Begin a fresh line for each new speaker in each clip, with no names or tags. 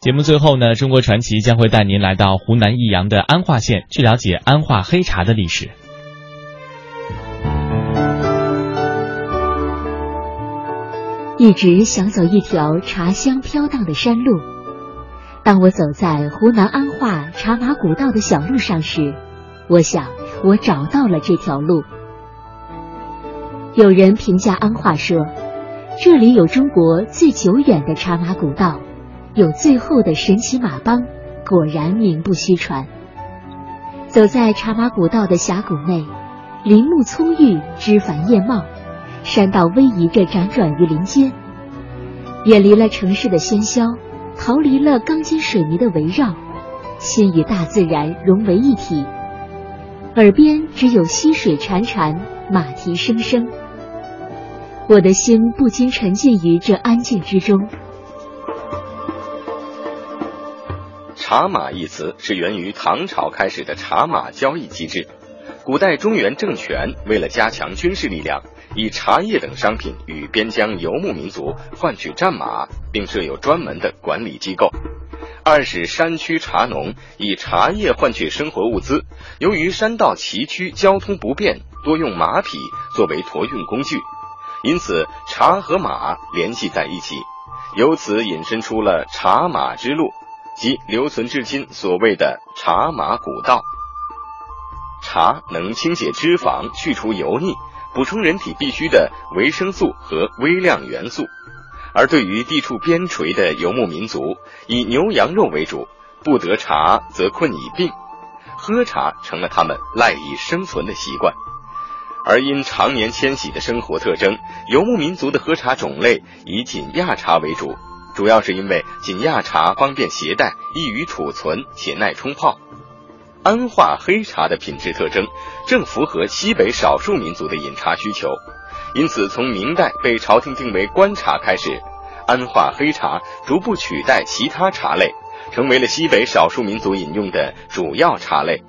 节目最后呢，中国传奇将会带您来到湖南益阳的安化县，去了解安化黑茶的历史。
一直想走一条茶香飘荡的山路。当我走在湖南安化茶马古道的小路上时，我想我找到了这条路。有人评价安化说，这里有中国最久远的茶马古道。有最后的神奇马帮，果然名不虚传。走在茶马古道的峡谷内，林木葱郁，枝繁叶茂，山道逶迤着辗转于林间。远离了城市的喧嚣，逃离了钢筋水泥的围绕，心与大自然融为一体。耳边只有溪水潺潺，马蹄声声。我的心不禁沉浸于这安静之中。
茶马一词是源于唐朝开始的茶马交易机制。古代中原政权为了加强军事力量，以茶叶等商品与边疆游牧民族换取战马，并设有专门的管理机构。二是山区茶农以茶叶换取生活物资，由于山道崎岖，交通不便，多用马匹作为驮运工具，因此茶和马联系在一起，由此引申出了茶马之路。即留存至今所谓的茶马古道。茶能清解脂肪、去除油腻，补充人体必需的维生素和微量元素。而对于地处边陲的游牧民族，以牛羊肉为主，不得茶则困以病，喝茶成了他们赖以生存的习惯。而因常年迁徙的生活特征，游牧民族的喝茶种类以紧压茶为主。主要是因为紧压茶方便携带、易于储存且耐冲泡。安化黑茶的品质特征正符合西北少数民族的饮茶需求，因此从明代被朝廷定为官茶开始，安化黑茶逐步取代其他茶类，成为了西北少数民族饮用的主要茶类。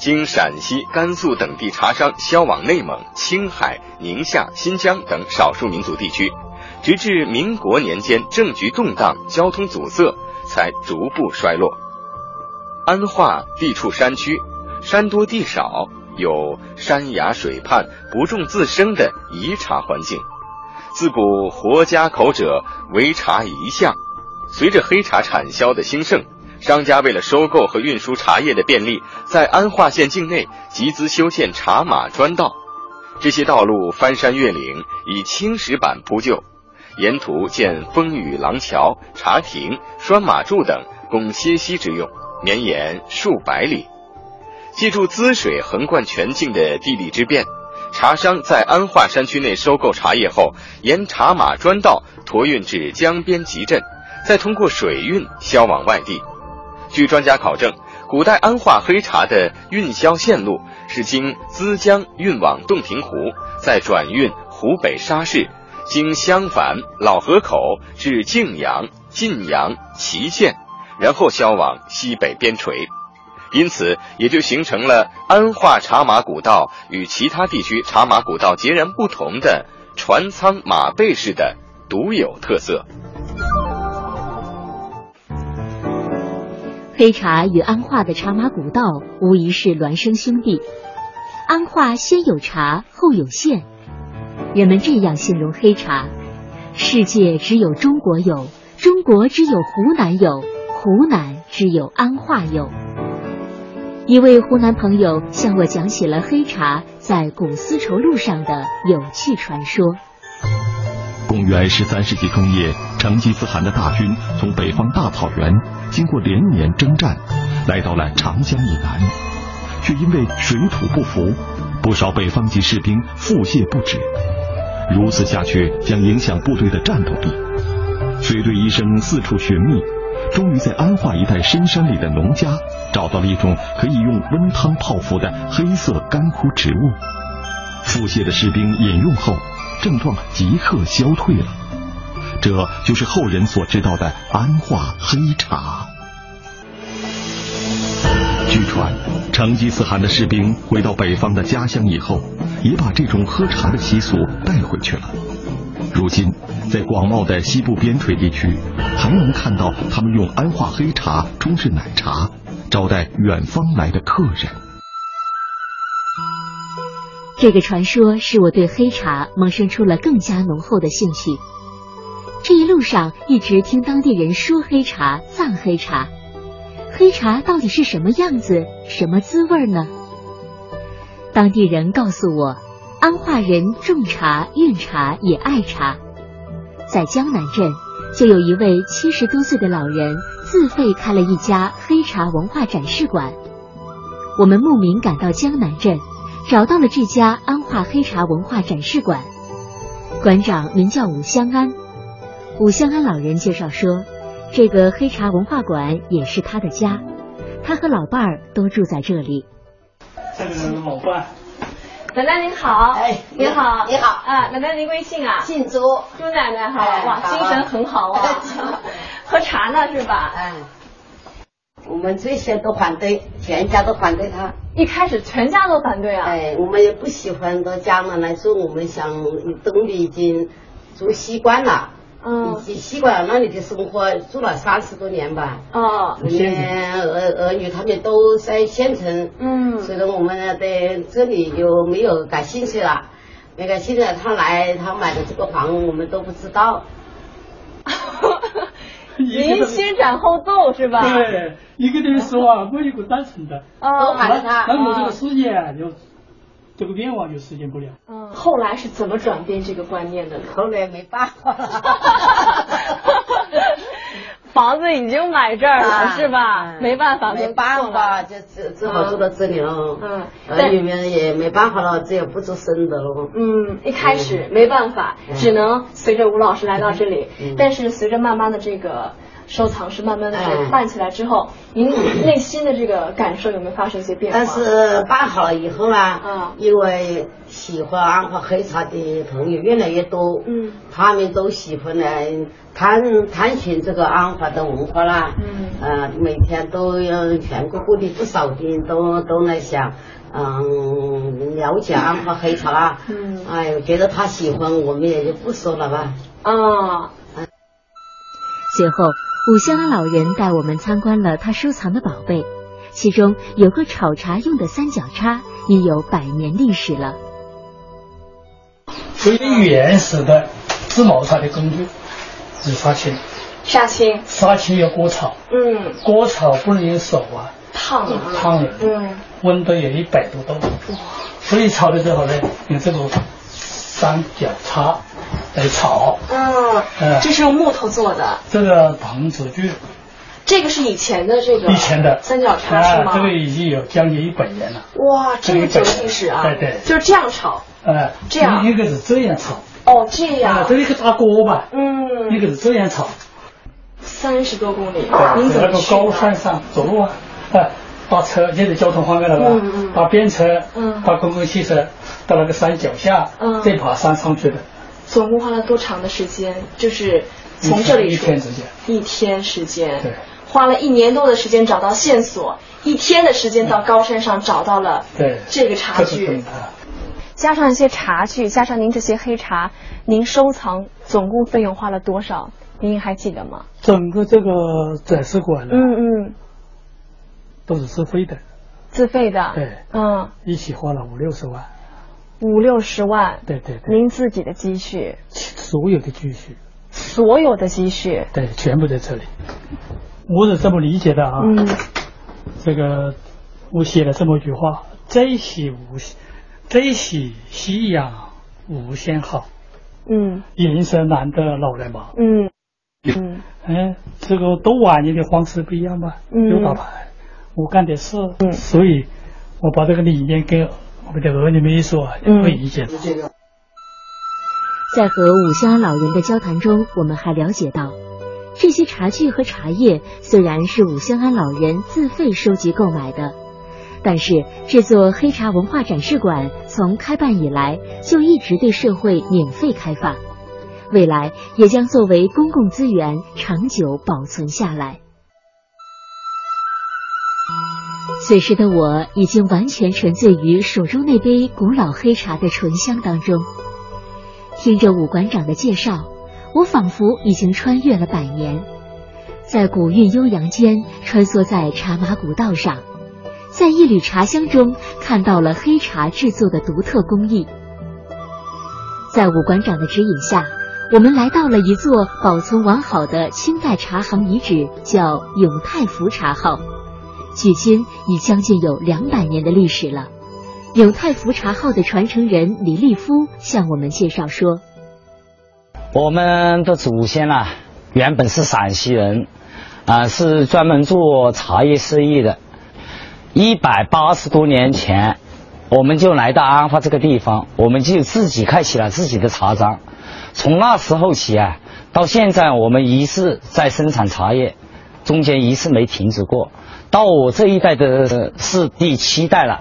经陕西、甘肃等地茶商销往内蒙、青海、宁夏、新疆等少数民族地区。直至民国年间，政局动荡，交通阻塞，才逐步衰落。安化地处山区，山多地少，有山崖水畔不种自生的宜茶环境。自古活家口者为茶一项。随着黑茶产销的兴盛，商家为了收购和运输茶叶的便利，在安化县境内集资修建茶马专道。这些道路翻山越岭，以青石板铺就。沿途建风雨廊桥、茶亭、拴马柱等，供歇息之用，绵延数百里。借助资水横贯全境的地理之便，茶商在安化山区内收购茶叶后，沿茶马专道驮运至江边集镇，再通过水运销往外地。据专家考证，古代安化黑茶的运销线路是经资江运往洞庭湖，再转运湖北沙市。经襄樊、老河口至泾阳、晋阳、祁县，然后销往西北边陲，因此也就形成了安化茶马古道与其他地区茶马古道截然不同的船舱马背式的独有特色。
黑茶与安化的茶马古道无疑是孪生兄弟，安化先有茶，后有县。人们这样形容黑茶：世界只有中国有，中国只有湖南有，湖南只有安化有。一位湖南朋友向我讲起了黑茶在古丝绸路上的有趣传说。
公元十三世纪中叶，成吉思汗的大军从北方大草原经过连年征战，来到了长江以南，却因为水土不服，不少北方籍士兵腹泻不止。如此下去将影响部队的战斗力。随队医生四处寻觅，终于在安化一带深山里的农家找到了一种可以用温汤泡服的黑色干枯植物。腹泻的士兵饮用后，症状即刻消退了。这就是后人所知道的安化黑茶。据传，成吉思汗的士兵回到北方的家乡以后，也把这种喝茶的习俗带回去了。如今，在广袤的西部边陲地区，还能看到他们用安化黑茶冲制奶茶，招待远方来的客人。
这个传说使我对黑茶萌生出了更加浓厚的兴趣。这一路上一直听当地人说黑茶、藏黑茶，黑茶到底是什么样子、什么滋味呢？当地人告诉我，安化人种茶、运茶也爱茶。在江南镇，就有一位七十多岁的老人自费开了一家黑茶文化展示馆。我们慕名赶到江南镇，找到了这家安化黑茶文化展示馆，馆长名叫武香安。武香安老人介绍说，这个黑茶文化馆也是他的家，他和老伴儿都住在这里。
这个是老伴，
奶奶您好，
哎
您好，
你好
啊，奶奶您贵姓啊？
禁足，
朱奶奶好，
哎
哇，
好
精神很好啊
哎，
喝茶呢是吧？
哎，我们这些都反对，全家都反对他。
一开始全家都反对啊，
哎，我们也不喜欢到江南来住，我们想东北已经住习惯了，
嗯
已经习惯了那里的生活，住了三十多年吧。
哦，
我们儿儿女他们都在县城，
嗯
所以说我们呢在这里就没有感兴趣了。没感兴趣了，他来他买的这个房我们都不知道，
您先斩后奏是吧？，
对，一个人说啊，我有个单纯的，
都
哦，
反对他。
那我这个世界啊就这个愿望就实现不了。
嗯， 后来是怎么转变这个观念的呢？
后来没办 法了
房子已经买这儿了
啊
是吧？
嗯
没办法，
没办。法，就只只好住到这里了。
嗯
儿
但
女们呃也没办法了，这也不做生的了。
嗯，一开始
嗯
没办法，
嗯
只能随着吴老师来到这里。
嗯
但是随着慢慢的这个收藏是慢慢的
嗯
办起来之后，您内心的这个感受有没有发生一些变化？
但是办好了以后呢，
嗯
因为喜欢安化黑茶的朋友越来越多，
嗯，
他们都喜欢来探探寻这个安化的文化啦，
嗯
呃，每天都要全国各地不少的都都来想，嗯，了解安化黑茶啦，
嗯
哎，我觉得他喜欢，我们也就不说了吧，
啊，
随后，武香安老人带我们参观了他收藏的宝贝，其中有个炒茶用的三角叉，已有百年历史了。
最原始的制毛茶的工具是杀青，
杀青，
杀青要割草，
嗯，
割草不能用手啊，
烫啊，
烫了，
嗯，
温度也一百多度，所以炒的时候呢，用这个三角叉来炒。
嗯
嗯，
这是用木头做的，
这个棚子具
这个是以前的这个
以前的
三角叉是吗
啊？这个已经有将近一百年了。
哇，这么久的历史啊，
对对
就是这样炒，
呃，
这样
一个是这样炒，
哦，这
啊，
样
这，一个大锅吧，
嗯，
一个是这样炒，
三十多公里，您
对，啊在
怎
那
么
个
去
高
的？
山上走路啊， 啊，把车现在交通方便了吧，
嗯嗯
把便车，
嗯
把公共汽车到那个山脚下，
嗯
再爬山上去的，
总共花了多长的时间？就是从
一
这里
一
出
天时间，
一天时间，
对，
花了一年多的时间找到线索，一天的时间到高山上找到了
对，
这个茶
这是
具
重，要的
加上一些茶具，加上您这些黑茶，您收藏总共费用花了多少？您还记得吗？
整个这个展示馆呢，
嗯嗯，
都是自费的，
自费的，
对，
嗯，
一起花了五六十万，
五六十万，
对对对，
您自己的积蓄，
所有的积蓄，
所有的积蓄，
对，全部在这里，我是这么理解的啊，
嗯
这个我写了这么一句话：“珍惜无，珍惜夕阳无限好，
嗯
人生难得老来忙。
嗯嗯”
嗯，这个都晚年的方式不一样吧？
嗯
有打牌，我干点事，
嗯
所以我把这个理念跟我们的儿女们一说，
嗯
会理解。
在和武香安老人的交谈中，我们还了解到，这些茶具和茶叶虽然是武香安老人自费收集购买的，但是这座黑茶文化展示馆从开办以来就一直对社会免费开放，未来也将作为公共资源长久保存下来。此时的我已经完全沉醉于手中那杯古老黑茶的醇香当中。听着武馆长的介绍，我仿佛已经穿越了百年，在古韵悠扬间穿梭在茶马古道上，在一缕茶香中看到了黑茶制作的独特工艺。在武馆长的指引下，我们来到了一座保存完好的清代茶行遗址，叫永泰福茶号，距今已将近有两百年的历史了。永泰福茶号的传承人李立夫向我们介绍说。
我们的祖先啊，原本是陕西人，啊、是专门做茶叶生意的。一百八十多年前，我们就来到安化这个地方，我们就自己开启了自己的茶庄。从那时候起啊，到现在我们一直在生产茶叶，中间一次没停止过。到我这一代的呃是第七代了，